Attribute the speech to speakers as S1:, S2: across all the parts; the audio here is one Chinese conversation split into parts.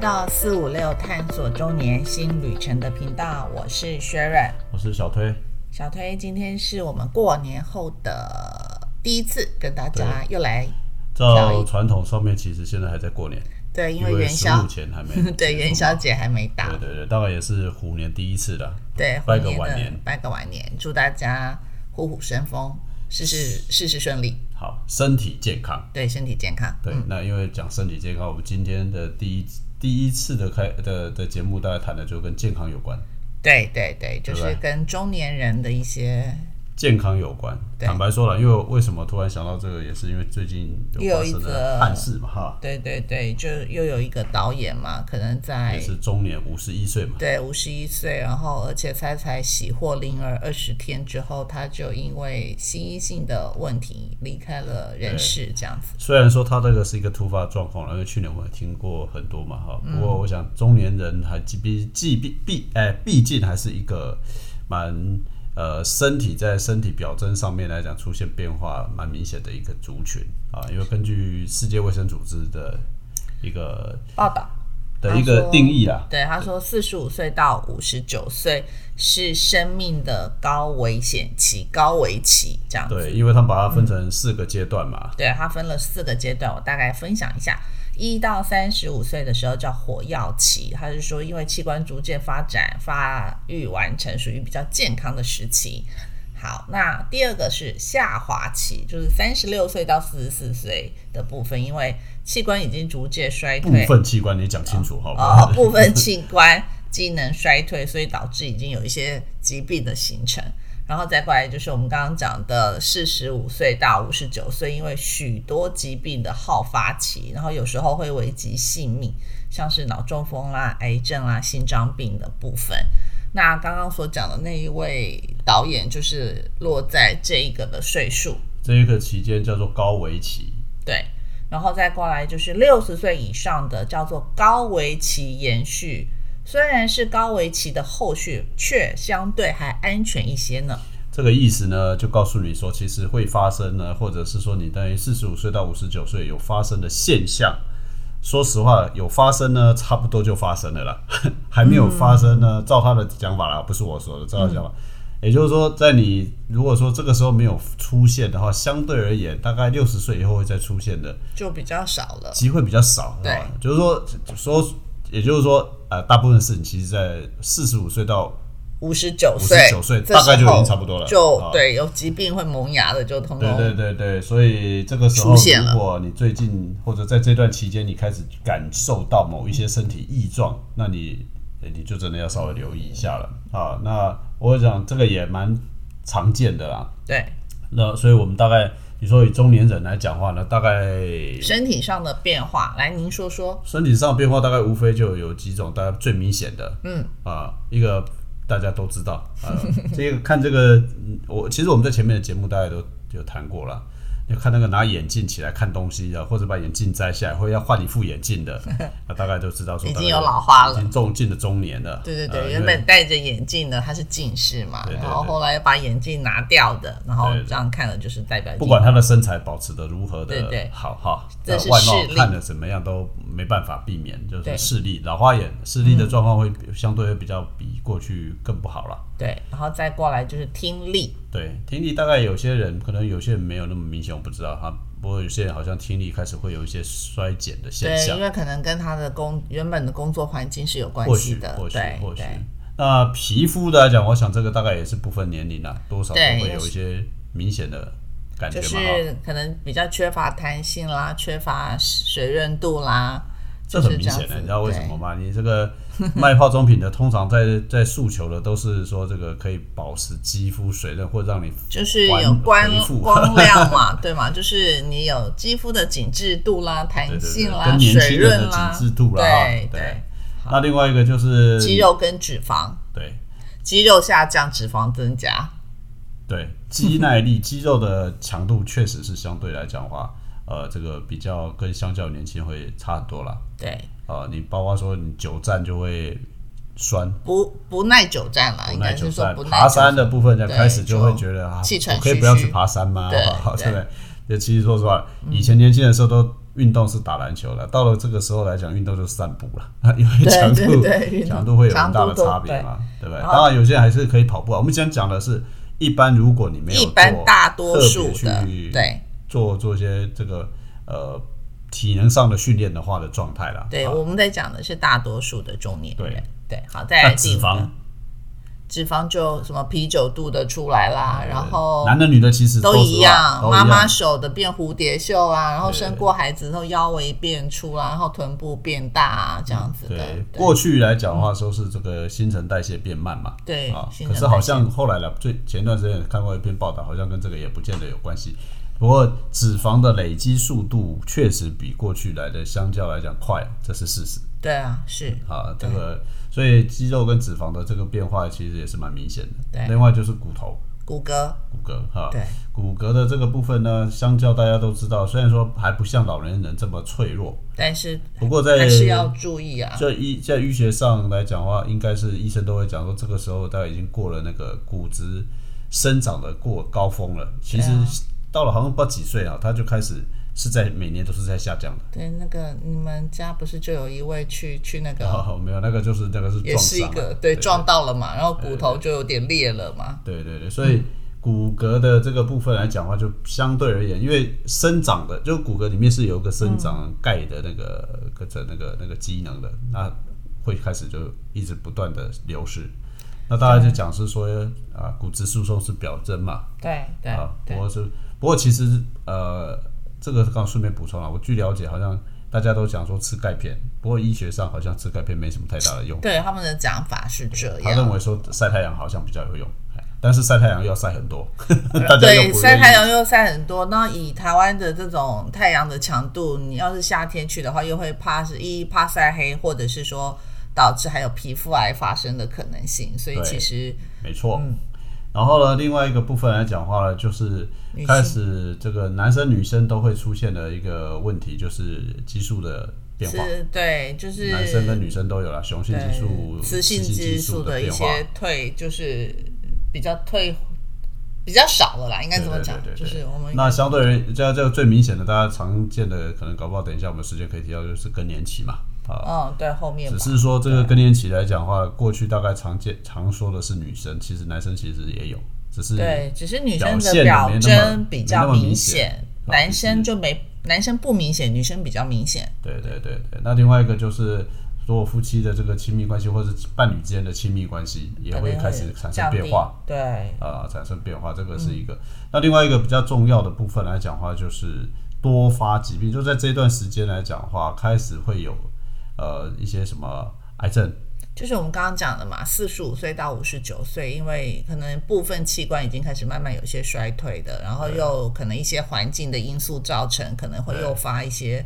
S1: 到四五六探索周年新旅程的频道，我是 Sharon
S2: 我是小推，
S1: 小推。今天是我们过年后的第一次跟大家又来
S2: 照传统上面其实现在还在过年，
S1: 对，因
S2: 因
S1: 为元
S2: 十
S1: 宵
S2: 五 前还没
S1: 对元宵，节还没到
S2: 对，对对，大概也是虎年第一次啦。
S1: 对，
S2: 拜
S1: 虎
S2: 个晚
S1: 的
S2: 年
S1: 拜个晚年，祝大家虎虎生风，事事事事顺利，
S2: 好，身体健康。
S1: 对身体健康。
S2: 对，那因为讲身体健康，我们今天的第一第一次的开的的节目，大概谈的就跟健康有关，
S1: 对对对，就
S2: 对
S1: 是
S2: 不
S1: 跟中年人的一些
S2: 健康有关。
S1: 对
S2: 坦白说了，因为为什么突然想到这个，也是因为最近
S1: 又有
S2: 有发
S1: 一
S2: 生
S1: 则
S2: 的憾事嘛，哈，
S1: 对对对，就又有一个导演嘛，可能在
S2: 也是中年五十一岁嘛，
S1: 对五十一岁，然后而且才才喜获麟儿二十天之后，他就因为心因性的问题离开了人世，这样子。
S2: 虽然说他这个是一个突发状况了，因为去年我也听过很多嘛哈，不过我想中年人还既毕既毕毕哎，毕竟还是一个蛮呃身体在身体表征上面来讲出现变化蛮明显的一个族群啊，因为根据世界卫生组织的一个
S1: 报道
S2: 的一个定义啊啦，
S1: 对他说，四十五岁到五十九岁是生命的高危险期、高危期这样子。
S2: 对，因为他们把它分成四个阶段嘛，
S1: 对，它分了四个阶段，我大概分享一下。一到三十五岁的时候叫火药期，它是说因为器官逐渐发展、发育完成，属于比较健康的时期。好，那第二个是下滑期，就是三十六岁到四十四岁的部分，因为器官已经逐渐衰
S2: 部
S1: 退，
S2: 分器官你讲清楚好不
S1: 哦
S2: 好？，
S1: 部分器官机能衰退，所以导致已经有一些疾病的形成。然后再过来就是我们刚刚讲的四十五岁到五十九岁，因为许多疾病的好发期，然后有时候会危及性命，像是脑中风啦、癌症啦、心脏病的部分。那刚刚所讲的那一位导演，就是落在这一个的岁数，
S2: 这一个期间叫做高危期，
S1: 对，然后再过来就是六十岁以上的叫做高危期延续，虽然是高危期的后续，却相对还安全一些呢。
S2: 这个意思呢，就告诉你说，其实会发生呢，或者是说你在四十五岁到五十九岁有发生的现象。说实话，有发生呢，差不多就发生了啦， 还没有发生呢，照他的讲法啦，不是我说的，照他的讲法，也就是说，在你如果说这个时候没有出现的话，相对而言，大概六十岁以后会再出现的
S1: 就比较少了，
S2: 机会比较少，是吧？就是说，说，也就是说，呃，大部分事情其实在四十五岁到
S1: 五十九岁，
S2: 59岁
S1: 这时候
S2: 大概就已经差不多了
S1: 就、
S2: 啊
S1: 对，有疾病会萌芽的就通
S2: 对
S1: 通
S2: 对对对，所以这个时
S1: 出
S2: 候
S1: 现，了
S2: 如果你最近或者在这段期间，你开始感受到某一些身体异状，那你呃你就真的要稍微留意一下了啊。那我想这个也蛮常见的啦。
S1: 对
S2: 那所以我们大概你说以中年人来讲话呢，大概
S1: 身体上的变化，来您说说。
S2: 身体上的变化大概无非就有几种，大概最明显的，
S1: 嗯
S2: 啊，一个大家都知道 啊，这个看这个，嗯我其实我们在前面的节目大家都有谈过了。你看那个拿眼镜起来看东西的，或者把眼镜摘下来，或者要换一副眼镜 的，那大概都知道说
S1: 已
S2: 大
S1: 经
S2: 概
S1: 有老花了
S2: 已经中进了中年了。
S1: 对对
S2: 呃
S1: 对，
S2: 因
S1: 原
S2: 为
S1: 本戴着眼镜的他是近视嘛，
S2: 对对对
S1: 然后后来把眼镜拿掉的，然后
S2: 对对
S1: 这样看了就是代表
S2: 不管他的身材保持的如何的
S1: 对对
S2: 好哈，
S1: 这是
S2: 外
S1: 视力
S2: 貌看的怎么样都没办法避免，就
S1: 对嗯
S2: 是视力老花眼，视力的状况会比相对会比较比过去更不好了。
S1: 对，然后再过来就是听力，
S2: 对，听力大概有些人可能有些人没有那么明显，我不知道哈。不过有些人好像听力开始会有一些衰减的现
S1: 对，
S2: 象
S1: 因，为可能跟他的工原本的工作环境是有关
S2: 或
S1: 系
S2: 许
S1: 的，
S2: 或许
S1: 对
S2: 或许
S1: 对。
S2: 那皮肤的来讲，我想这个大概也是不分年龄啦，多少都
S1: 对
S2: 会有
S1: 也
S2: 一
S1: 是
S2: 些明显的感觉
S1: 就
S2: 嘛。
S1: 是
S2: 哈
S1: 可能比较缺乏弹性啦，缺乏水润度啦，
S2: 这
S1: 就
S2: 很
S1: 是
S2: 明
S1: 这样
S2: 显的，
S1: 子
S2: 你知道为什么吗？你这个卖化妆品的，通常在在诉求的都是说这个可以保持肌肤水润，或让你
S1: 就是
S2: 还
S1: 有光
S2: 回复
S1: 光亮嘛，对嘛？就是你有肌肤的紧致度啦、弹性啦、
S2: 跟年
S1: 水
S2: 轻人的
S1: 润啦、
S2: 紧致度啦。哈
S1: 对对，
S2: 那另外一个就是
S1: 肌肉跟脂肪，
S2: 对
S1: 肌肉下降，脂肪增加，
S2: 对，肌耐力、肌肉的强度确实是相对来讲的话， 呃，这个比较跟相较年轻会差很多啦。
S1: 对，
S2: 呃，你包括说你久站就会酸，
S1: 不不耐久站啦，
S2: 不
S1: 啊应
S2: 耐
S1: 该
S2: 久
S1: 是说
S2: 站，
S1: 不耐
S2: 爬
S1: 久
S2: 山的部分呢，
S1: 对
S2: 开始就会
S1: 就
S2: 觉得啊，
S1: 气喘
S2: 我可以
S1: 吁
S2: 不要
S1: 吁
S2: 去爬山吗？
S1: 对 嗯
S2: 对不
S1: 对
S2: 对？就其实说实话，以前年轻的时候都运动是打篮球了，到了这个时候来讲，运动就是散步了， 因为
S1: 对
S2: 强
S1: 对
S2: 度
S1: 对运动
S2: 强度会有很大
S1: 强
S2: 的
S1: 度都
S2: 差别嘛，对不对？
S1: 然后
S2: 当然有些人还是可以跑步啊。我们今天讲的是，一般如果你没有
S1: 一般
S2: 做
S1: 大多数
S2: 特
S1: 的
S2: 别去
S1: 对
S2: 做做一些这个呃体能上的训练的话的状态啦，
S1: 对，
S2: 啊
S1: 我们在讲的是大多数的中年人
S2: 对。
S1: 对，好，再
S2: 那
S1: 来
S2: 脂
S1: 第五
S2: 肪
S1: 个，脂肪就什么啤酒肚的出来啦，然后
S2: 男的女的其实
S1: 都
S2: 说
S1: 一
S2: 实话
S1: 样，
S2: 都一
S1: 妈
S2: 样
S1: 妈手的变蝴蝶袖啊，然后
S2: 对
S1: 生过孩子之后腰围变粗啊啦、然后臀部变大啊，这样子的。
S2: 嗯对，
S1: 对
S2: 过去来讲的话，说是这个新陈代谢变慢嘛，
S1: 对
S2: 啊，
S1: 新
S2: 可
S1: 陈
S2: 是
S1: 代
S2: 好
S1: 谢
S2: 像后来了，最前一段时间也看过一篇报道，好像跟这个也不见得有关系。不过脂肪的累积速度确实比过去来的相较来讲快，这是事实
S1: 对啊，是
S2: 啊。这个所以肌肉跟脂肪的这个变化其实也是蛮明显的。
S1: 对
S2: 另外就是骨头、
S1: 骨骼，
S2: 骨骼啊哈，
S1: 对，
S2: 骨骼的这个部分呢，相较大家都知道，虽然说还不像老年人这么脆弱，
S1: 但是
S2: 不过在
S1: 还是要注意啊。
S2: 这医在医学上来讲的话，应该是医生都会讲说，这个时候大概已经过了那个骨质生长的过高峰了。其实
S1: 对啊
S2: 到了好像不知道几岁啊，它就开始是在每年都是在下降的。
S1: 对，那个你们家不是就有一位去去那个，
S2: 哦， 没有，那个就是那个是
S1: 啊也
S2: 撞
S1: 是一
S2: 伤啊，
S1: 个对撞到了嘛，然后骨头就有点裂了嘛。
S2: 对对对，所
S1: 嗯
S2: 以骨骼的这个部分来讲的话，就相对而言，因为生长的，就骨骼里面是有一个生长钙的那个
S1: 嗯
S2: 跟着那个那个机能的，那会开始就一直不断的流失。那大家就讲是说啊，骨质疏松是表征嘛，
S1: 对对
S2: 啊，不
S1: 对，
S2: 过是不过其实呃，这个刚顺便补充了，啊我据了解好像大家都讲说吃钙片，不过医学上好像吃钙片没什么太大的用。
S1: 对他们的讲法是这
S2: 他认
S1: 样。
S2: 为说晒太阳好像比较有用，哎但是晒太阳要晒很多， 大家又
S1: 对，
S2: 不
S1: 晒太
S2: 愿意。
S1: 阳又晒很多，那以台湾的这种太阳的强度，你要是夏天去的话，又会怕是一怕晒黑，或者是说导致还有皮肤癌发生的可能性。所以
S2: 对
S1: 其实
S2: 没错。
S1: 嗯
S2: 然后呢，另外一个部分来讲话呢，就是
S1: 女性
S2: 开始这个男生女生都会出现的一个问题，就是激素的变化。
S1: 是对，就是
S2: 男生跟女生都有了雄性激素、
S1: 雌性
S2: 激
S1: 激素
S2: 的
S1: 的一
S2: 变化。
S1: 些退，就是比较退比较少了啦，应该怎么讲？
S2: 对对对
S1: 就
S2: 对对
S1: 是我们
S2: 那相对而这这个最明显的，大家常见的可能搞不好，等一下我们时间可以提到，就是更年期嘛。啊，
S1: 嗯，对后面吧
S2: 只是说这个更年期来讲的话，过去大概常见常说的是女生，其实男生其实也有，只是
S1: 对，只是女生
S2: 表
S1: 的
S2: 现
S1: 表
S2: 没那么
S1: 征比较
S2: 没那么明
S1: 显
S2: 显，啊
S1: 男
S2: 就
S1: 生
S2: 是
S1: 就没男生不明显，女生比较明显。
S2: 对对对对。那另外一个就是，如果夫妻的这个亲密关系或者是伴侣之间的亲密关系也
S1: 可
S2: 会
S1: 能
S2: 开始产生
S1: 降
S2: 变
S1: 低嗯
S2: 化。。
S1: 对，
S2: 啊、产生变化，这个是一个。那另外一个比较重要的部分来讲的话，就是多发疾病，就在这段时间来讲的话，开始会有呃一些什么癌症，
S1: 就是我们刚刚讲的嘛，四十五岁到五十九岁，因为可能部分器官已经开始慢慢有些衰退的，然后又可能一些环境的因素造成，可能会
S2: 对
S1: 诱发一些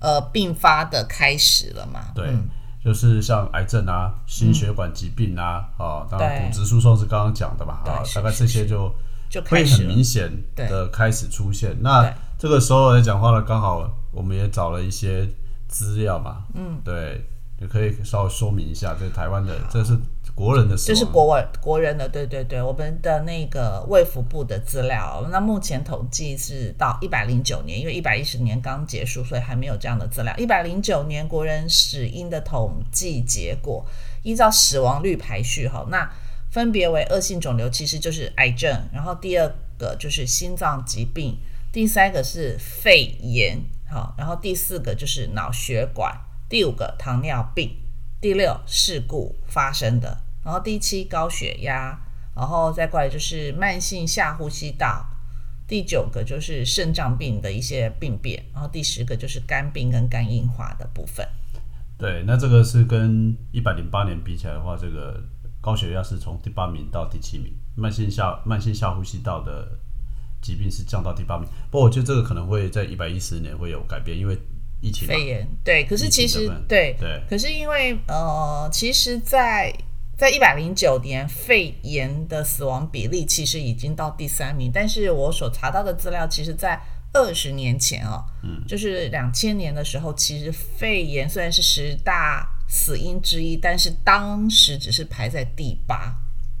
S1: 呃并发的开始了嘛。
S2: 对，
S1: 嗯
S2: 就是像癌症啊、心血管疾病啊，啊，当然
S1: 对
S2: 骨质疏松是刚刚讲的嘛，
S1: 对
S2: 啊，
S1: 是
S2: 大概这些就
S1: 就
S2: 会
S1: 开始
S2: 很
S1: 了
S2: 明显的开始出现。那
S1: 对
S2: 这个时候来讲话呢，刚好我们也找了一些资料嘛，嗯，对，也可以稍微说明一下，这台湾的这是国人的死
S1: 这
S2: 亡，
S1: 是国外国人的，对对对，我们的那个卫福部的资料，那目前统计是到一百零九年，因为一百一十年刚结束，所以还没有这样的资料。一百零九年国人死因的统计结果，依照死亡率排序哈，那分别为恶性肿瘤，其实就是癌症，然后第二个就是心脏疾病，第三个是肺炎，好，然后第四个就是脑血管，第五个糖尿病。第六事故发生的，然后第七高血压，然后再过来就是慢性下呼吸道，第九个就是肾脏病的一些病变，然后第十个就是肝病跟肝硬化的部分。
S2: 对，那这个是跟一百零八年比起来的话，这个高血压是从第八名到第七名，慢性下慢性下呼吸道的疾病是降到第八名。不过我觉得这个可能会在一百一十年会有改变，因为疫情嘛。
S1: 肺炎对，可是
S2: 疫情
S1: 其
S2: 的
S1: 实
S2: 部分
S1: 对
S2: 对
S1: 可是因为呃，其实在，在一百零九年，肺炎的死亡比例其实已经到第三名，但是我所查到的资料，其实在二十年前哦，嗯，就是两千年的时候，其实肺炎虽然是十大死因之一，但是当时只是排在第八，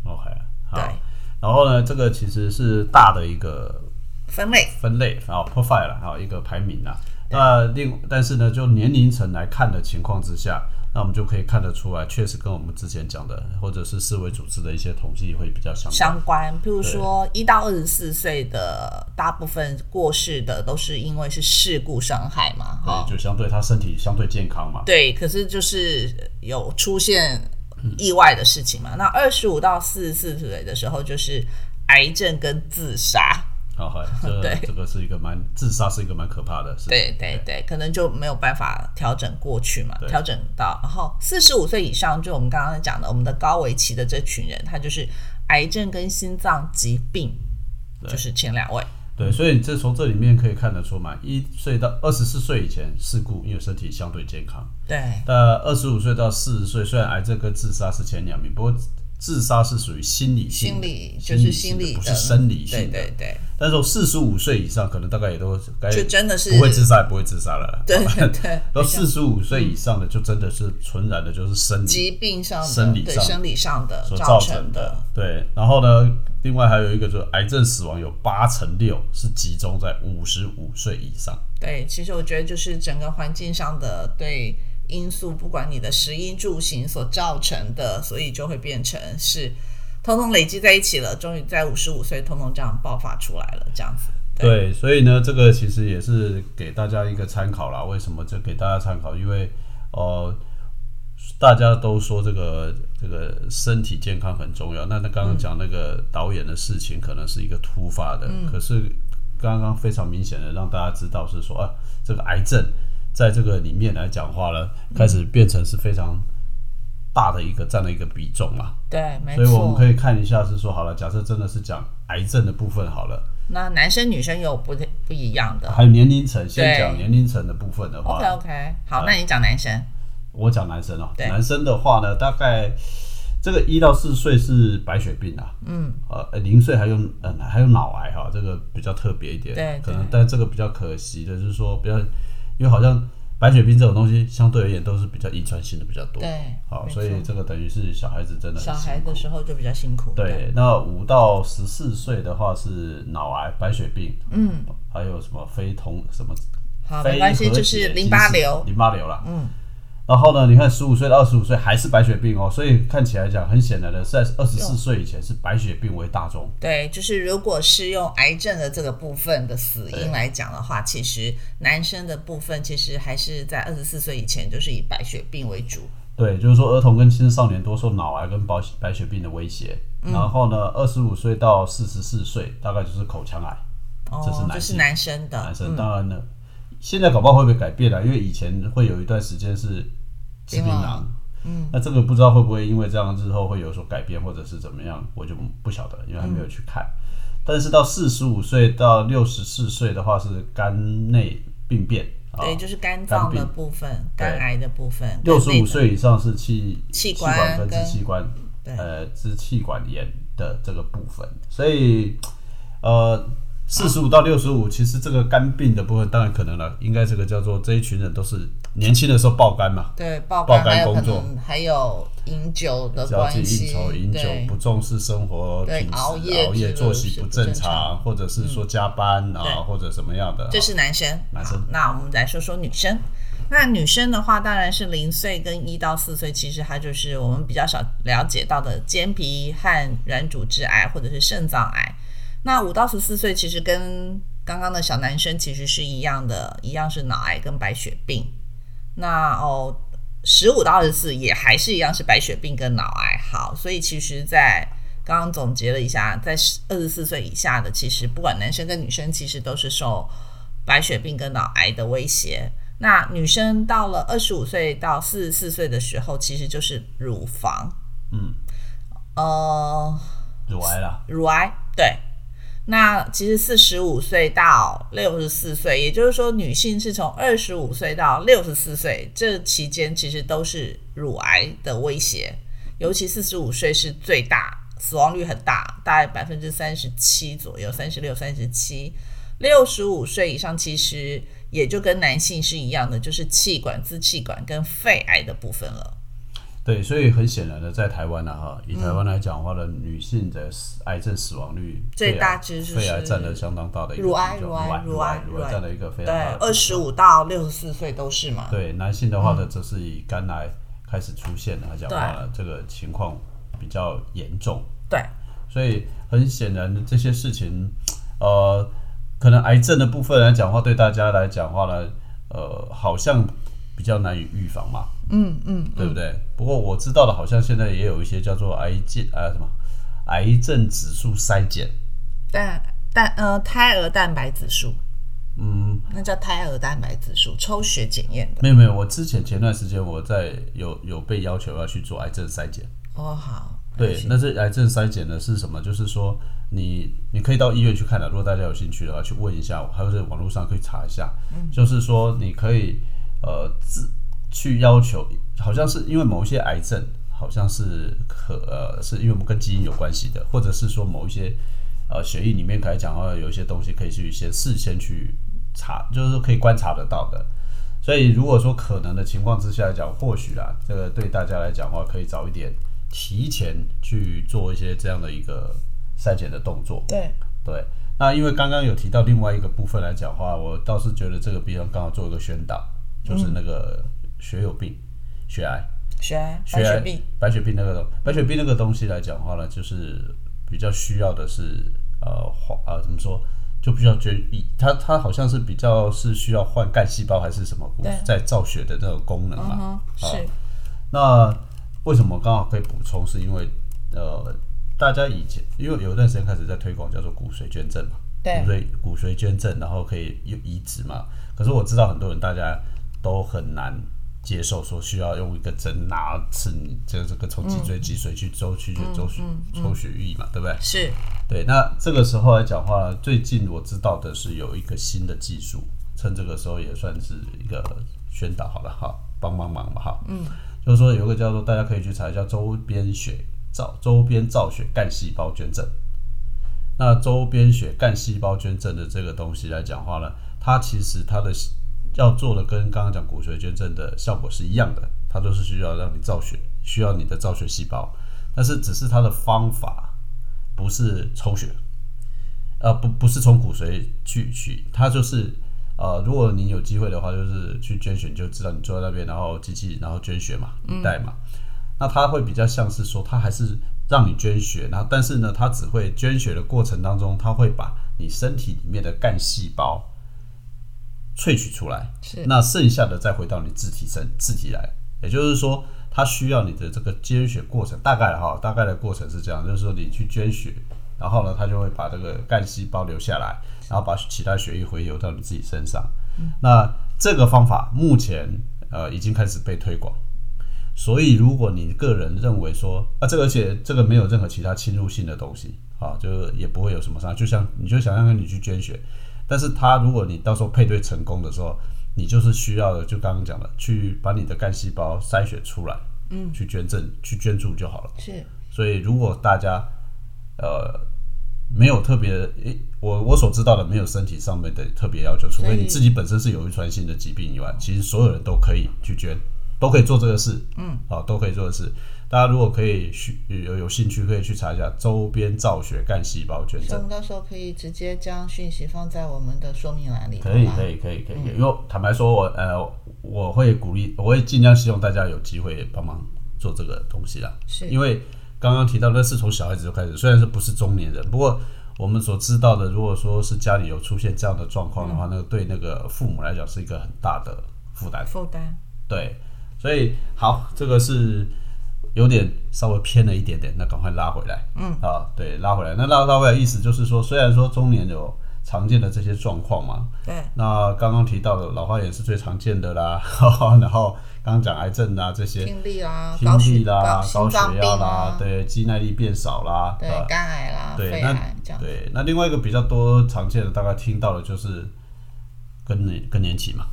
S2: OK，好哦
S1: 对，。
S2: 然后呢，这个其实是大的一个
S1: 分类
S2: 分类啊 profile 了，还有一个排名啊。那另但是呢，就年龄层来看的情况之下，那我们就可以看得出来，确实跟我们之前讲的，或者是世卫组织的一些统计会比较相关。
S1: 相关，譬如说一到二十四岁的大部分过世的都是因为是事故伤害嘛，哈、
S2: 对，就相对他身体相对健康嘛。
S1: 对，可是就是有出现意外的事情嘛。那二十五到四十四岁的时候，就是癌症跟自杀。
S2: 好， 好，这
S1: 对
S2: 这个是一个蛮自杀是一个蛮可怕的事情。
S1: 对对对，可能就没有办法调整过去嘛，
S2: 对
S1: 调整到。然后四十五岁以上，就我们刚刚讲的，我们的高危期的这群人，他就是癌症跟心脏疾病，
S2: 对
S1: 就是前两位。
S2: 对，所以你这从这里面可以看得出嘛，一岁到二十四岁以前事故，因为身体相对健康。
S1: 对
S2: 那二十五岁到四十岁，虽然癌症跟自杀是前两名，不过自杀是属于心理性
S1: 心
S2: 的，
S1: 理就是心理的，
S2: 性的不是生理性
S1: 对
S2: 的。
S1: 对对，
S2: 但是四十五岁以上，可能大概也都该
S1: 就真的是
S2: 不会自杀，也不会自杀了。
S1: 对对对，
S2: 到四十五岁以上的，就真的是纯然的就是生理
S1: 疾病上的、
S2: 生理
S1: 对
S2: 上
S1: 生理上的
S2: 所
S1: 造
S2: 造
S1: 成
S2: 成的。对，然后呢，另外还有一个就是癌症死亡有八成六是集中在五十五岁以上。
S1: 对，其实我觉得就是整个环境上的对因素，不管你的食衣住行所造成的，所以就会变成是通通累积在一起了，终于在五十五岁通通这样爆发出来了，这样子。
S2: 对，所以呢，这个其实也是给大家一个参考啦。为什么这给大家参考？因为呃，大家都说这个这个身体健康很重要。那他刚刚讲那个导演的事情，可能是一个突发的，
S1: 嗯
S2: 可是刚刚非常明显的让大家知道是说啊，这个癌症在这个里面来讲话了，开始变成是非常大的一个占了一个比重啦。
S1: 对，没
S2: 所以我们
S1: 错
S2: 可。以看一下是说好了，假设真的是讲癌症的部分好了。
S1: 那男生女生有不不一样的。
S2: 还有年龄层，先
S1: 对
S2: 讲年龄层的部分的话
S1: OK OK，好，那你讲男生。
S2: 我讲男生哦、
S1: 对
S2: 男生的话呢，大概这个一到四岁是白血病啊，嗯，呃，零岁还有嗯、还有脑癌哈、这个比较特别一点，
S1: 对
S2: 可能
S1: 对
S2: 但这个比较可惜的就是说，比较因为好像白血病这种东西相对而言都是比较遗传性的比较多，
S1: 对，
S2: 好，
S1: 没
S2: 所以
S1: 错
S2: 这个等于是小孩子真的很
S1: 小孩
S2: 辛苦
S1: 的时候就比较辛苦。
S2: 对，那五到十四岁的话是脑癌、白血病，嗯，还有什么非同什么
S1: 好，
S2: 非
S1: 没关系，就是淋巴瘤。
S2: 淋巴瘤啦。嗯。然后呢？你看，十五岁到二十五岁还是白血病哦，所以看起来讲，很显然的，在二十四岁以前是白血病为大宗。
S1: 对，就是如果是用癌症的这个部分的死因来讲的话，其实男生的部分其实还是在二十四岁以前，就是以白血病为主。
S2: 对，就是说儿童跟青少年多受脑癌跟白白血病的威胁。
S1: 嗯
S2: 然后呢，二十五岁到四十四岁大概就是口腔癌，
S1: 哦，
S2: 这是男性
S1: 是男生的，嗯
S2: 男生当然呢，现在搞不好会不会改变了，啊因为以前会有一段时间是吃槟
S1: 槟
S2: 榔
S1: 榔。
S2: 嗯，那这个不知道会不会因为这样日后会有所改变，或者是怎么样，我就不晓得，因为还没有去看。但是到四十五岁到六十四岁的话是肝内病变啊，
S1: 对，就是肝脏的部分、
S2: 肝
S1: 肝
S2: 病
S1: 癌的部分。
S2: 六十
S1: 跟那
S2: 五
S1: 个，
S2: 岁以上是气
S1: 气
S2: 管
S1: 管
S2: 跟
S1: 跟
S2: 支气管
S1: 对
S2: 呃支气管炎的这个部分，所以呃四十五到六十五，其实这个肝病的部分当然可能了，应该这个叫做这一群人都是年轻的时候爆肝嘛，
S1: 对爆
S2: 爆肝
S1: 还有可
S2: 工作
S1: 能还有饮酒的
S2: 交
S1: 关
S2: 际
S1: 系，
S2: 应酬、饮酒
S1: 对
S2: 不重视生活
S1: 对
S2: 品质、
S1: 熬夜
S2: 熬夜
S1: 之类
S2: 作息
S1: 是
S2: 不
S1: 不
S2: 正
S1: 正嗯
S2: 常，或者是说加班啊
S1: 对，
S2: 或者什么样的啊，
S1: 这是男生。
S2: 男生
S1: 好那我们来说说女生。那女生的话，当然是零岁跟一到四岁，其实它就是我们比较少了解到的间皮和软组织癌或者是肾脏癌。那五到十四岁其实跟刚刚的小男生其实是一样的，一样是脑癌跟白血病。那哦，十五到二十四也还是一样是白血病跟脑癌。好，所以其实，在刚刚总结了一下，在二十四岁以下的，其实不管男生跟女生，其实都是受白血病跟脑癌的威胁。那女生到了二十五岁到四十四岁的时候，其实就是乳房，
S2: 嗯，
S1: 呃，
S2: 乳癌啦，
S1: 乳癌，对。那其实四十五岁到六十四岁，也就是说，女性是从二十五岁到六十四岁这期间，其实都是乳癌的威胁，尤其四十五岁是最大，死亡率很大，大概百分之三十七左右，三十六、三十七。六十五岁以上，其实也就跟男性是一样的，就是气管、支气管跟肺癌的部分了。
S2: 对，所以很显然的，在台湾呢，啊哈，
S1: 嗯
S2: 以台湾来讲的话呢，女性的死癌症死亡率
S1: 最
S2: 肺
S1: 大
S2: 癌
S1: 值是
S2: 肺癌占了相当大的一个
S1: 乳癌
S2: 比重
S1: 乳癌乳
S2: 乳
S1: 癌
S2: 癌，
S1: 乳癌
S2: 占了一个非
S1: 对
S2: 常大的，比重
S1: 二嗯十五到六十四岁都是嘛。
S2: 啊对男性的话呢，则是以肝癌开始出现来讲的话呢，这个情况比较严重，
S1: 对，
S2: 所以很显然这些事情，呃，可能癌症的部分来讲的话，对大家来讲的话呢，呃，好像比较难以预防嘛，
S1: 嗯嗯，
S2: 对不对？不过我知道的，好像现在也有一些叫做癌症啊什么癌症指数筛检，
S1: 蛋蛋呃胎儿蛋白指数，
S2: 嗯，
S1: 那叫胎儿蛋白指数，抽血检验的。
S2: 没有没有，我之前前段时间我在有有被要求要去做癌症筛检。
S1: 哦，好，
S2: 对，那这癌症筛检呢是什么？就是说你你可以到医院去看的、如果大家有兴趣的话，去问一下，还有在网络上可以查一下。就是说你可以呃自去要求，好像是因为某一些癌症，好像是可呃是因为我们跟基因有关系的，或者是说某一些呃血液里面来讲的话，有一些东西可以去先事先去查，就是说可以观察得到的。所以如果说可能的情况之下来讲，或许啊，这个对大家来讲的话，可以早一点提前去做一些这样的一个筛检的动作。
S1: 对，
S2: 对，那因为刚刚有提到另外一个部分来讲的话，我倒是觉得这个地方刚好做一个宣导，就是那个血友病、血癌、
S1: 血癌、
S2: 血
S1: 白血
S2: 癌
S1: 病，、
S2: 白血病那个东白血病那个东西来讲的话呢，就是比较需要的是呃换呃怎么说，就比较觉以它它好像是比较是需要换干细胞还是什么
S1: 对
S2: 在造血的那个功能嘛。
S1: 嗯哼，是
S2: 那为什么刚好可以补充？是因为呃，大家以前因为有一段时间开始在推广叫做骨髓捐赠嘛，
S1: 对
S2: 骨髓骨髓捐赠，然后可以用移植嘛。可是我知道很多人大家都很难接受，说需要用一个针拿刺你这这个从脊椎脊髓去抽去去抽血抽血液嘛，对不对？
S1: 是，
S2: 对，那这个时候来讲话，最近我知道的是有一个新的技术，趁这个时候也算是一个宣导好了哈，帮帮忙嘛哈。嗯，就是说有一个叫做大家可以去查一下周边血造周边造血干细胞捐赠。那周边血干细胞捐赠的这个东西来讲话呢，它其实它的要做的跟刚刚讲骨髓捐赠的效果是一样的，它都是需要让你造血，需要你的造血细胞，但是只是它的方法不是抽血，呃，不不是从骨髓去取，它就是呃，如果你有机会的话，就是去捐血，你就知道你坐在那边，然后机器然后捐血嘛，一代嘛，那它会比较像是说，它还是让你捐血，然后但是呢，它只会捐血的过程当中，它会把你身体里面的干细胞萃取出来，
S1: 是
S2: 那剩下的再回到你自体身自体来，也就是说，它需要你的这个捐血过程，大概哈，大概的过程是这样，就是说你去捐血，然后呢，它就会把这个干细胞留下来，然后把其他血液回流到你自己身上。那这个方法目前呃已经开始被推广，所以如果你个人认为说啊，这个而且这个没有任何其他侵入性的东西啊，就是也不会有什么伤害，就像你就想象你去捐血，但是他如果你到时候配对成功的时候，你就是需要的，就刚刚讲的，去把你的干细胞筛选出来，嗯，去捐赠去捐助就好了。
S1: 是，
S2: 所以如果大家呃没有特别，诶，我我所知道的没有身体上面的特别要求，除非
S1: 所以
S2: 你自己本身是有遗传性的疾病以外，其实所有人都可以去捐，都可以做这个事，嗯，好、都可以做的事。大家如果可以去有有兴趣，可以去查一下周边造血干细胞捐
S1: 所以
S2: 赠
S1: 我。们到时候可以直接将讯息放在我们的说明栏里，
S2: 可以
S1: 好吧嗯
S2: 可以可以可以，可以因为坦白说我，呃，我会鼓励，我会尽量希望大家有机会帮忙做这个东西啦。
S1: 是
S2: 因为刚刚提到那是从小孩子就开始，虽然是不是中年人，不过我们所知道的，如果说是家里有出现这样的状况的
S1: 嗯
S2: 话，那个对那个父母来讲是一个很大的负担。
S1: 负担，
S2: 对，所以好，这个是有点稍微偏了一点点，那赶快拉回来。嗯，啊，对，拉回来。那拉拉回来意思就是说，虽然说中年有常见的这些状况嘛，
S1: 对，
S2: 那刚刚提到的老花眼是最常见的啦， 然后刚刚讲癌症啊这些，
S1: 听力啦，
S2: 听
S1: 啊高
S2: 力
S1: 血
S2: 啦、高
S1: 心
S2: 血
S1: 脏病
S2: 压啦
S1: 啦，，
S2: 对，肌耐力变少啦，
S1: 对
S2: 呃，
S1: 肝癌啦，
S2: 对，
S1: 肺
S2: 那
S1: 癌这样，
S2: 对，那另外一个比较多常见的，大概听到的就是更年更年期嘛，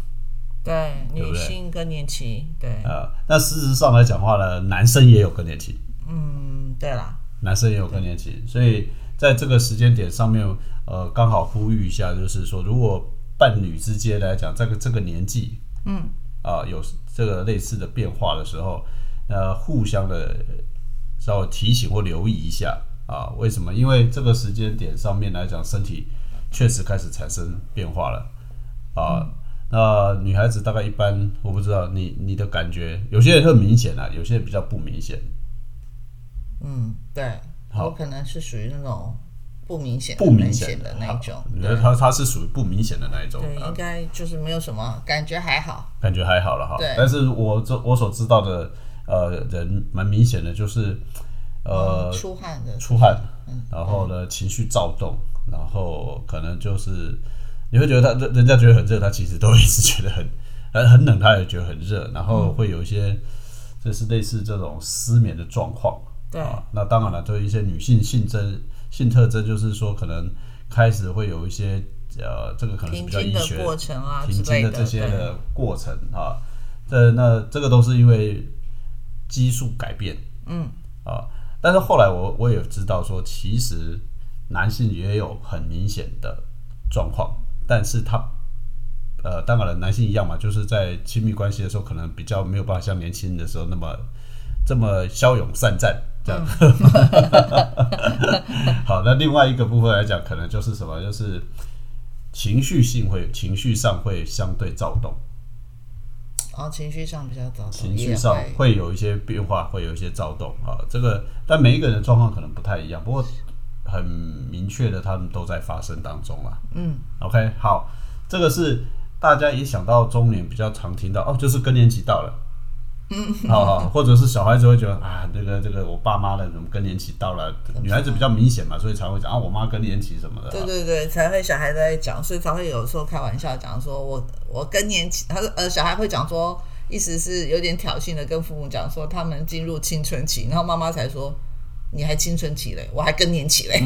S1: 对，
S2: 对
S1: 女
S2: 不对
S1: 性更年期，对，
S2: 呃，那事实上来讲话呢，男生也有更年期，
S1: 嗯，对啦，
S2: 男生也有更年期，所以在这个时间点上面，呃，刚好呼吁一下，就是说，如果伴侣之间来讲，这个这个年纪，嗯，啊、有这个类似的变化的时候，呃，互相的稍微提醒或留意一下啊。为什么？因为这个时间点上面来讲，身体确实开始产生变化了啊。那女孩子大概一般，我不知道你你的感觉，有些人很明显啊，有些人比较不明显。
S1: 嗯，对，
S2: 好
S1: 我可能是属于那种不明显、
S2: 不明
S1: 显
S2: 显
S1: 的那一种
S2: 好，你觉
S1: 对
S2: 得他他是属于不明显的那一种，
S1: 对，
S2: 啊
S1: 应该就是没有什么感觉，还好。
S2: 感觉还好了哈
S1: 对。
S2: 但是我这我所知道的，呃，人蛮明显的，就是呃
S1: 嗯出汗的，嗯
S2: 出汗，然后呢情绪躁动，然后可能就是你会觉得他人人家觉得很热，他其实都一直觉得很 很很冷，他也觉得很热，然后会有一些就是类似这种失眠的状况。
S1: 对
S2: 啊，那当然了，对于一些女性性征、性特征，就是说可能开始会有一些呃，这个可能是
S1: 停
S2: 比较
S1: 经
S2: 医
S1: 的
S2: 学
S1: 过程啊之
S2: 停经
S1: 类
S2: 的这些
S1: 对，
S2: 的过程啊，这那这个都是因为激素改变，
S1: 嗯
S2: 啊，但是后来我我也知道说，其实男性也有很明显的状况，但是他呃，当然了，男性一样嘛，就是在亲密关系的时候，可能比较没有办法像年轻的时候那么这么骁勇善战这样。 好，那另外一个部分来讲，可能就是什么，就是情绪性会情绪上会相对躁动，
S1: 然后哦情绪上比较早，
S2: 情
S1: 也
S2: 绪上
S1: 会
S2: 会有一些变化，会有一些躁动啊。这个，但每一个人的状况可能不太一样，不过很明确的，他们都在发生当中啦。
S1: 嗯
S2: ，OK，好，这个是大家一想到中年比较常听到哦，就是更年期到了。嗯， 好好，或者是小孩子会觉得啊，这个这个我爸妈的怎么更年期到了？女孩子比较明显嘛，所以才会讲啊，我妈更年期什么的。
S1: 对
S2: 啊
S1: 对对，才会小孩在讲，所以才会有时候开玩笑讲说我，我更年期，他说呃，小孩会讲说，意思是有点挑衅的跟父母讲说他们进入青春期，然后妈妈才说你还青春期嘞，我还更年期嘞，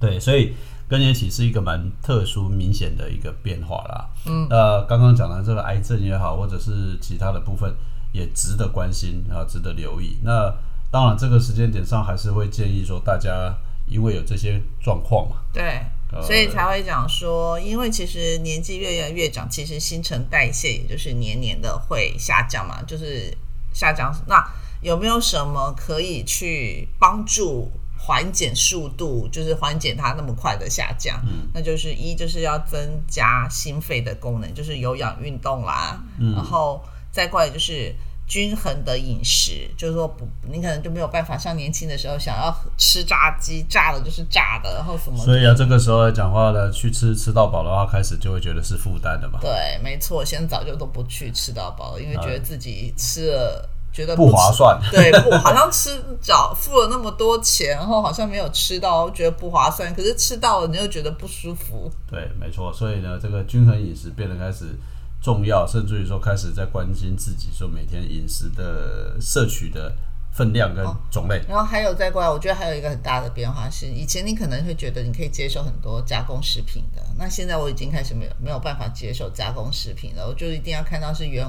S2: 对，所以更年期是一个蛮特殊、明显的一个变化啦。嗯，呃，刚刚讲的这个癌症也好，或者是其他的部分，也值得关心啊，值得留意。那当然，这个时间点上还是会建议说，大家因为有这些状况嘛，
S1: 对，
S2: 呃
S1: 所以才会讲说，因为其实年纪越来越长，其实新陈代谢也就是年年的会下降嘛，就是下降。那有没有什么可以去帮助缓减速度，就是缓减它那么快的下降？嗯，那就是一就是要增加心肺的功能，就是有氧运动啦，嗯、然后再过来就是。均衡的饮食，就是说不，你可能就没有办法像年轻的时候想要吃炸鸡，炸的就是炸的，然后什么
S2: 所以啊，这个时候来讲话呢，去吃吃到饱的话，开始就会觉得是负担的嘛。
S1: 对，没错，现在早就都不去吃到饱了，因为觉得自己吃了。觉得
S2: 不划
S1: 吃，
S2: 算，
S1: 对，不好像吃找付了那么多钱，然后好像没有吃到，觉得不划算。可是吃到了，你又觉得不舒服。
S2: 对，没错。所以呢，这个均衡饮食变得开始重要，甚至于说开始在关心自己，说每天饮食的摄取的分量跟
S1: 哦
S2: 种类。
S1: 然后还有再过来，我觉得还有一个很大的变化是，以前你可能会觉得你可以接受很多加工食品的，那现在我已经开始没有没有办法接受加工食品了，我就一定要看到是原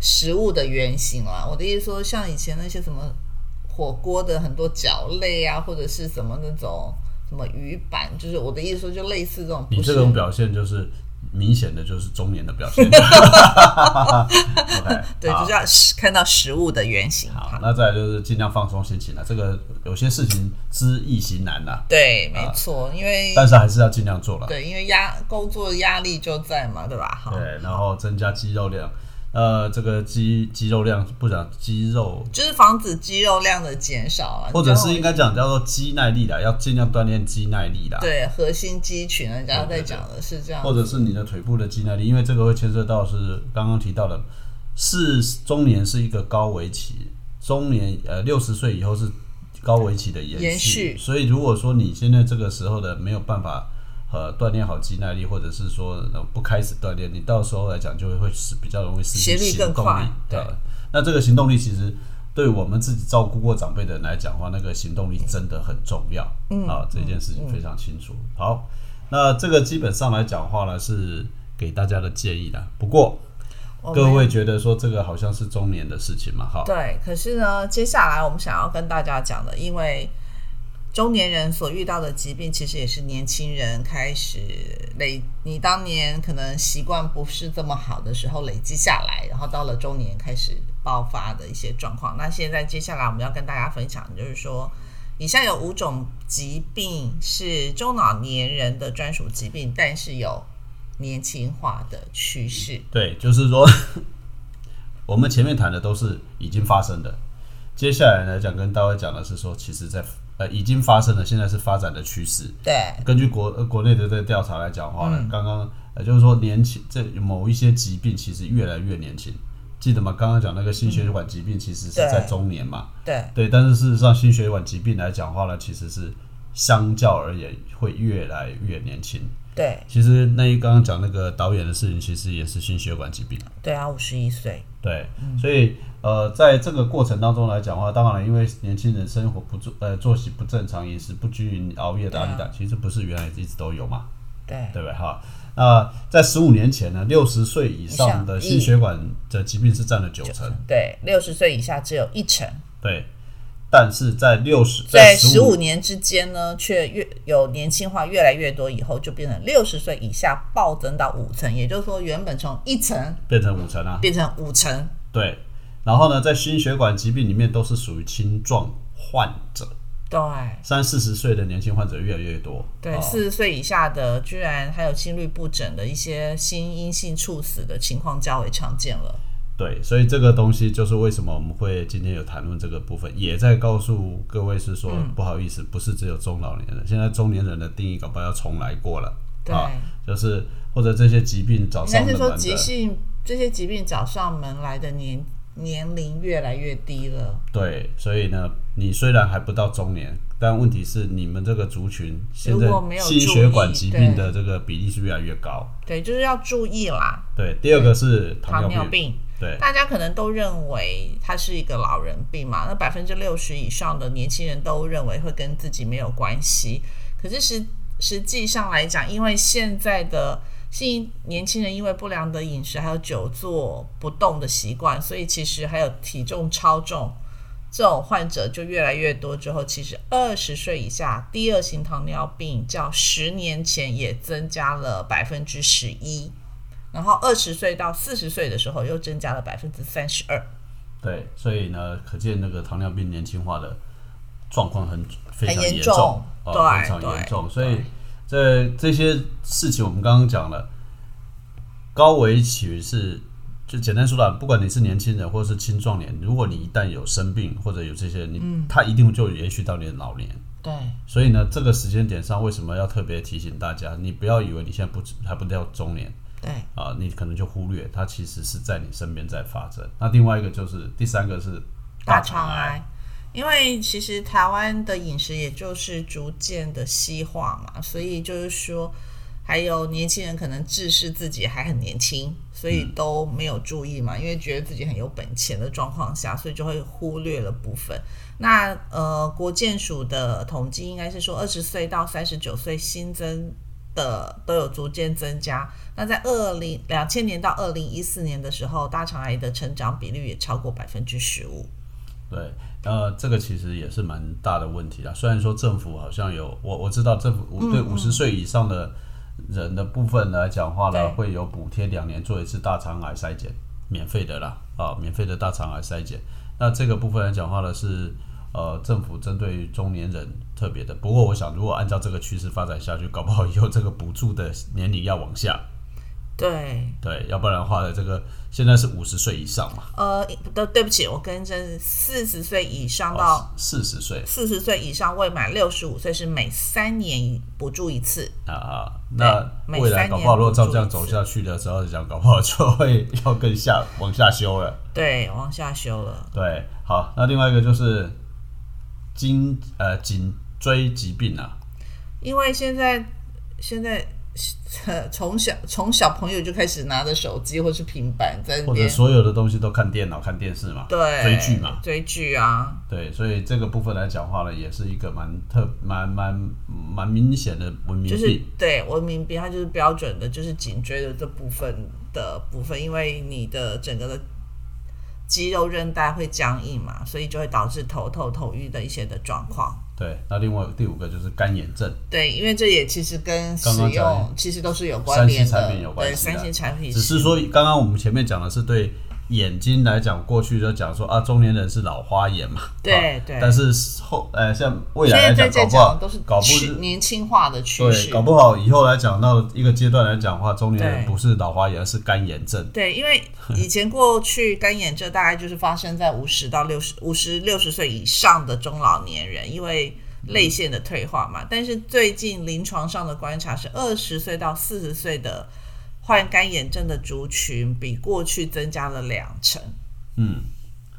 S1: 食物的原型啦。我的意思说，像以前那些什么火锅的很多饺类啊，或者是什么那种什么鱼板，就是我的意思说，就类似这种不
S2: 你
S1: 是
S2: 这种表现就是明显的就是中年的表 现。OK，
S1: 对，
S2: 好
S1: 就是要食看到食物的原型。
S2: 好
S1: 好，
S2: 那再来就是尽量放松心情了、这个有些事情知易行难呐、
S1: 对，没错，因为
S2: 但是还是要尽量做了。
S1: 对，因为压工作压力就在嘛，对吧？好。
S2: 对，然后增加肌肉量，呃，这个肌肌肉量不讲肌肉
S1: 就是防止肌肉量的减少啊，
S2: 或者是
S1: 你
S2: 应
S1: 知道
S2: 该讲叫做肌耐力啦，要尽量锻炼肌耐力啦
S1: 我，对核心肌群，人家
S2: 对
S1: 在
S2: 对对
S1: 讲的是这样，
S2: 或者是你的腿部的肌耐力，因为这个会牵涉到是刚刚提到的，是中年是一个高危期，中年呃六十岁以后是高危期的延续，
S1: 延续
S2: 所以如果说你现在这个时候的没有办法。呃，锻炼好肌耐力，或者是说、呃不开始锻炼，你到时候来讲就会会是比较容易失去
S1: 协力
S2: 行动
S1: 更
S2: 力。
S1: 快对
S2: 呃那这个行动力其实对我们自己照顾过长辈的人来讲的话，那个行动力真的很重要。嗯啊，这件事情非常清楚。好，那这个基本上来讲的话呢，是给大家的建议啦。不过
S1: 我们
S2: 各位觉得说这个好像是中年的事情嘛，哈，
S1: 对。可是呢，接下来我们想要跟大家讲的，因为中年人所遇到的疾病，其实也是年轻人开始累，你当年可能习惯不是这么好的时候累积下来，然后到了中年开始爆发的一些状况。那现在接下来我们要跟大家分享，就是说，以下有五种疾病是中老年人的专属疾病，但是有年轻化的趋势。
S2: 对，就是说 我们前面谈的都是已经发生的，接下来来讲跟大家讲的是说，其实在呃已经发生了，现在是发展的趋势。
S1: 对，
S2: 根据国呃国内的这个调查来讲的话呢，刚刚呃就是说年轻这某一些疾病其实越来越年轻，记得吗？刚刚讲那个心血管疾病其实是
S1: 对
S2: 在中年嘛，
S1: 对，
S2: 对，但是事实上心血管疾病来讲的话呢，其实是相较而言会越来越年轻。
S1: 对，
S2: 其实那一刚刚讲那个导演的事情，其实也是心血管疾病。
S1: 对啊，五十一岁，
S2: 对，
S1: 嗯
S2: 所以呃，在这个过程当中来讲的话，当然因为年轻人生活不作呃作息不正常、饮食不均匀、熬夜打
S1: 对
S2: 力
S1: 啊
S2: 打，其实不是原来一直都有嘛，
S1: 对，
S2: 对不对哈？那在十五年前呢，六十岁以上的
S1: 以上
S2: 心血管的疾病是占了九成，
S1: 对，六十岁以下只有一成。
S2: 对。但是在六十
S1: 在
S2: 十
S1: 十五年之间呢，却越有年轻化越来越多，以后就变成六十岁以下暴增到五成，也就是说原本从一层
S2: 变成五成啊，
S1: 变成五成。
S2: 对。然后呢，在心血管疾病里面都是属于轻壮患者，
S1: 对
S2: 三四十岁的年轻患者越来越多。
S1: 对，
S2: 哦
S1: 四十岁以下的居然还有心律不整的一些心因性猝死的情况较为常见了。
S2: 对，所以这个东西就是为什么我们会今天有谈论这个部分，也在告诉各位是说，
S1: 嗯
S2: 不好意思，不是只有中老年人，现在中年人的定义搞不好要重来过了，
S1: 对，
S2: 啊就是或者这些疾病找
S1: 应
S2: 上
S1: 该
S2: 门
S1: 是
S2: 来
S1: 说急
S2: 的，
S1: 性这些疾病找上门来的年年龄越来越低了。
S2: 对，所以呢，你虽然还不到中年，但问题是你们这个族群现在
S1: 如果没有
S2: 心
S1: 注
S2: 血
S1: 意
S2: 管疾病
S1: 对
S2: 的这个比例是越来越高。
S1: 对，就是要注意啦，
S2: 对，第二个是
S1: 糖
S2: 糖
S1: 尿
S2: 尿病，
S1: 病。
S2: 对
S1: 大家可能都认为它是一个老人病嘛，那百分之六十以上的年轻人都认为会跟自己没有关系，可是实实际上来讲，因为现在的新年轻人因为不良的饮食还有久坐不动的习惯，所以其实还有体重超重。这种患者就越来越多，之后其实二十岁以下第二型糖尿病较十年前也增加了百分之十一。然后二十岁到四十岁的时候又增加了百分之三十二，
S2: 对，所以呢，可见那个糖尿病年轻化的状况很非常
S1: 很严
S2: 严
S1: 重
S2: 哦
S1: 对
S2: 非常严
S1: 对
S2: 重。所以
S1: 对
S2: 这这些事情我们刚刚讲了，高危起是就简单说了，不管你是年轻人或者是青壮年，如果你一旦有生病或者有这些，你、
S1: 嗯
S2: 它一定就延续到你的老年。
S1: 对
S2: 所以呢，这个时间点上，为什么要特别提醒大家？你不要以为你现在不还不到中年，
S1: 对
S2: 啊，你可能就忽略它其实是在你身边在发生。那另外一个就是第三个是
S1: 大
S2: 肠
S1: 肠癌。因为其实台湾的饮食也就是逐渐的西化嘛，所以就是说，还有年轻人可能自视自己还很年轻，所以都没有注意嘛，因为觉得自己很有本钱的状况下，所以就会忽略了部分。那呃，国健署的统计应该是说，二十岁到三十九岁新增的都有逐渐增加。那在二零两千年到二零一四年的时候，大肠癌的成长比率也超过百分之十五。
S2: 对，呃，这个其实也是蛮大的问题啦。虽然说政府好像有，我我知道政
S1: 嗯
S2: 府对五十岁以上的人的部分来讲话呢，
S1: 对
S2: 会有补贴两年做一次大肠癌筛检，免费的啦，啊，免费的大肠癌筛检。那这个部分来讲话呢是。呃，政府针对于中年人特别的，不过我想，如果按照这个趋势发展下去，搞不好以后这个补助的年龄要往下，
S1: 对，
S2: 对，要不然的话呢，这个现在是五十岁以上嘛，
S1: 呃，对，对不起，我更正，四十岁以上到
S2: 到哦四十岁
S1: 四十岁以上未满六十五岁是每三年补助一次。
S2: 啊啊，
S1: 对
S2: 那
S1: 每
S2: 未来
S1: 三
S2: 搞不
S1: 年
S2: 好如果
S1: 补
S2: 照
S1: 助
S2: 这样
S1: 一
S2: 走
S1: 次
S2: 下去的时候，讲搞不好就会要更下往下修了。
S1: 对，往下修了。
S2: 对，好，那另外一个就是颈呃颈椎疾病啊，
S1: 因为现在现在 呃从小从小朋友就开始拿着手机或是平板在那
S2: 或者
S1: 边
S2: 所有的东西都看电脑、看电视嘛，
S1: 对
S2: 追剧嘛，
S1: 追剧啊，
S2: 对，所以这个部分来讲话呢，也是一个蛮特蛮蛮蛮明显的文明
S1: 就是
S2: 病。
S1: 对文明病，它就是标准的，就是颈椎的这部分的部分，因为你的整个的肌肉韧带会僵硬嘛，所以就会导致头痛、头晕的一些的状况。
S2: 对，那另外第五个就是干眼症，
S1: 对，因为这也其实跟使
S2: 刚刚讲
S1: 用其实都是有关
S2: 三
S1: 联
S2: C
S1: 的，
S2: 产品有关
S1: 对，
S2: 系的
S1: 三 C 产品
S2: 只是说刚刚我们前面讲的是对眼睛来讲，过去就讲说啊，中年人是老花眼嘛，
S1: 对
S2: 啊
S1: 对
S2: 但是后呃，像未来来
S1: 现在在
S2: 讲，搞不
S1: 讲
S2: 好
S1: 都是
S2: 搞
S1: 趋
S2: 不
S1: 年轻化的趋势
S2: 对，，搞不好以后来讲到一个阶段来讲的话，中年人
S1: 对
S2: 不是老花眼，而是干眼症。
S1: 对，因为以前过去干眼症大概就是发生在五十到六十五十六十岁以上的中老年人，因为泪腺的退化嘛。但是最近临床上的观察是，二十岁到四十岁的患干眼症的族群比过去增加了两成。
S2: 嗯，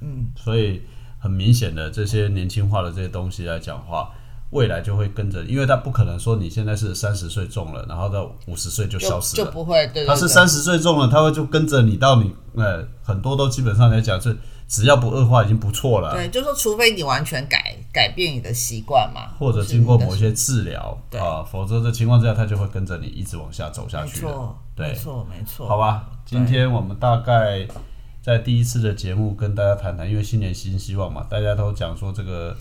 S1: 嗯，
S2: 所以很明显的这些年轻化的这些东西来讲的话，未来就会跟着，因为它不可能说你现在是三十岁中了，然后到五十岁就消
S1: 就
S2: 失
S1: 就
S2: 了。
S1: 不会，对对对，
S2: 它是三十岁中了，它会就跟着你到你呃，很多都基本上来讲是只要不恶化已经不错了，
S1: 对，就说除非你完全改改变你的习惯嘛，
S2: 或者
S1: 是
S2: 经过
S1: 你的
S2: 某一些治疗
S1: 对
S2: 啊，否则的情况之下它就会跟着你一直往下走下
S1: 没
S2: 去了。
S1: 错，
S2: 对
S1: 没错，没错，
S2: 好吧，今天我们大概在第一次的节目跟大家谈谈，因为新年新希望嘛，大家都讲说这个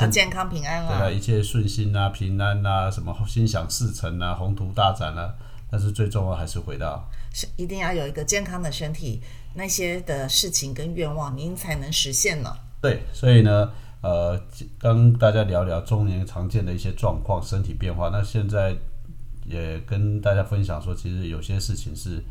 S1: 要健康平安
S2: 对啊，
S1: 啦，
S2: 一切顺心啊、平安啊、什么心想事成啊、宏图大展啊，但是最重要还是回到
S1: 是一定要有一个健康的身体，那些的事情跟愿望您才能实现呢。
S2: 对，所以呢，呃，跟大家聊聊中年常见的一些状况、身体变化。那现在也跟大家分享说，其实有些事情是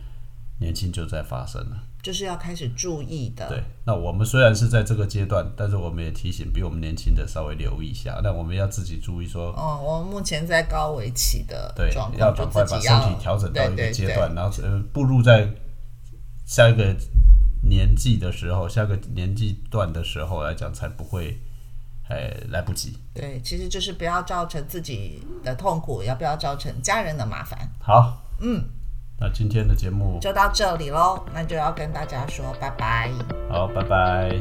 S2: 年轻就在发生了。
S1: 就是要开始注意的，
S2: 对，那我们虽然是在这个阶段，但是我们也提醒比我们年轻的稍微留意一下，那我们要自己注意说。
S1: 哦，我们目前在高危期的
S2: 对
S1: 状，
S2: 要
S1: 况，就
S2: 赶快把
S1: 自己
S2: 身
S1: 要
S2: 体调整到一
S1: 对
S2: 个
S1: 对
S2: 阶
S1: 对
S2: 段，然后呃步入在下一个年纪的时候，下个年纪段的时候来讲，才不会哎来不及。
S1: 对，其实就是不要造成自己的痛苦，要不要造成家人的麻烦，
S2: 好，
S1: 嗯，
S2: 那今天的节目
S1: 就到这里喽，那就要跟大家说拜拜。
S2: 好，拜拜。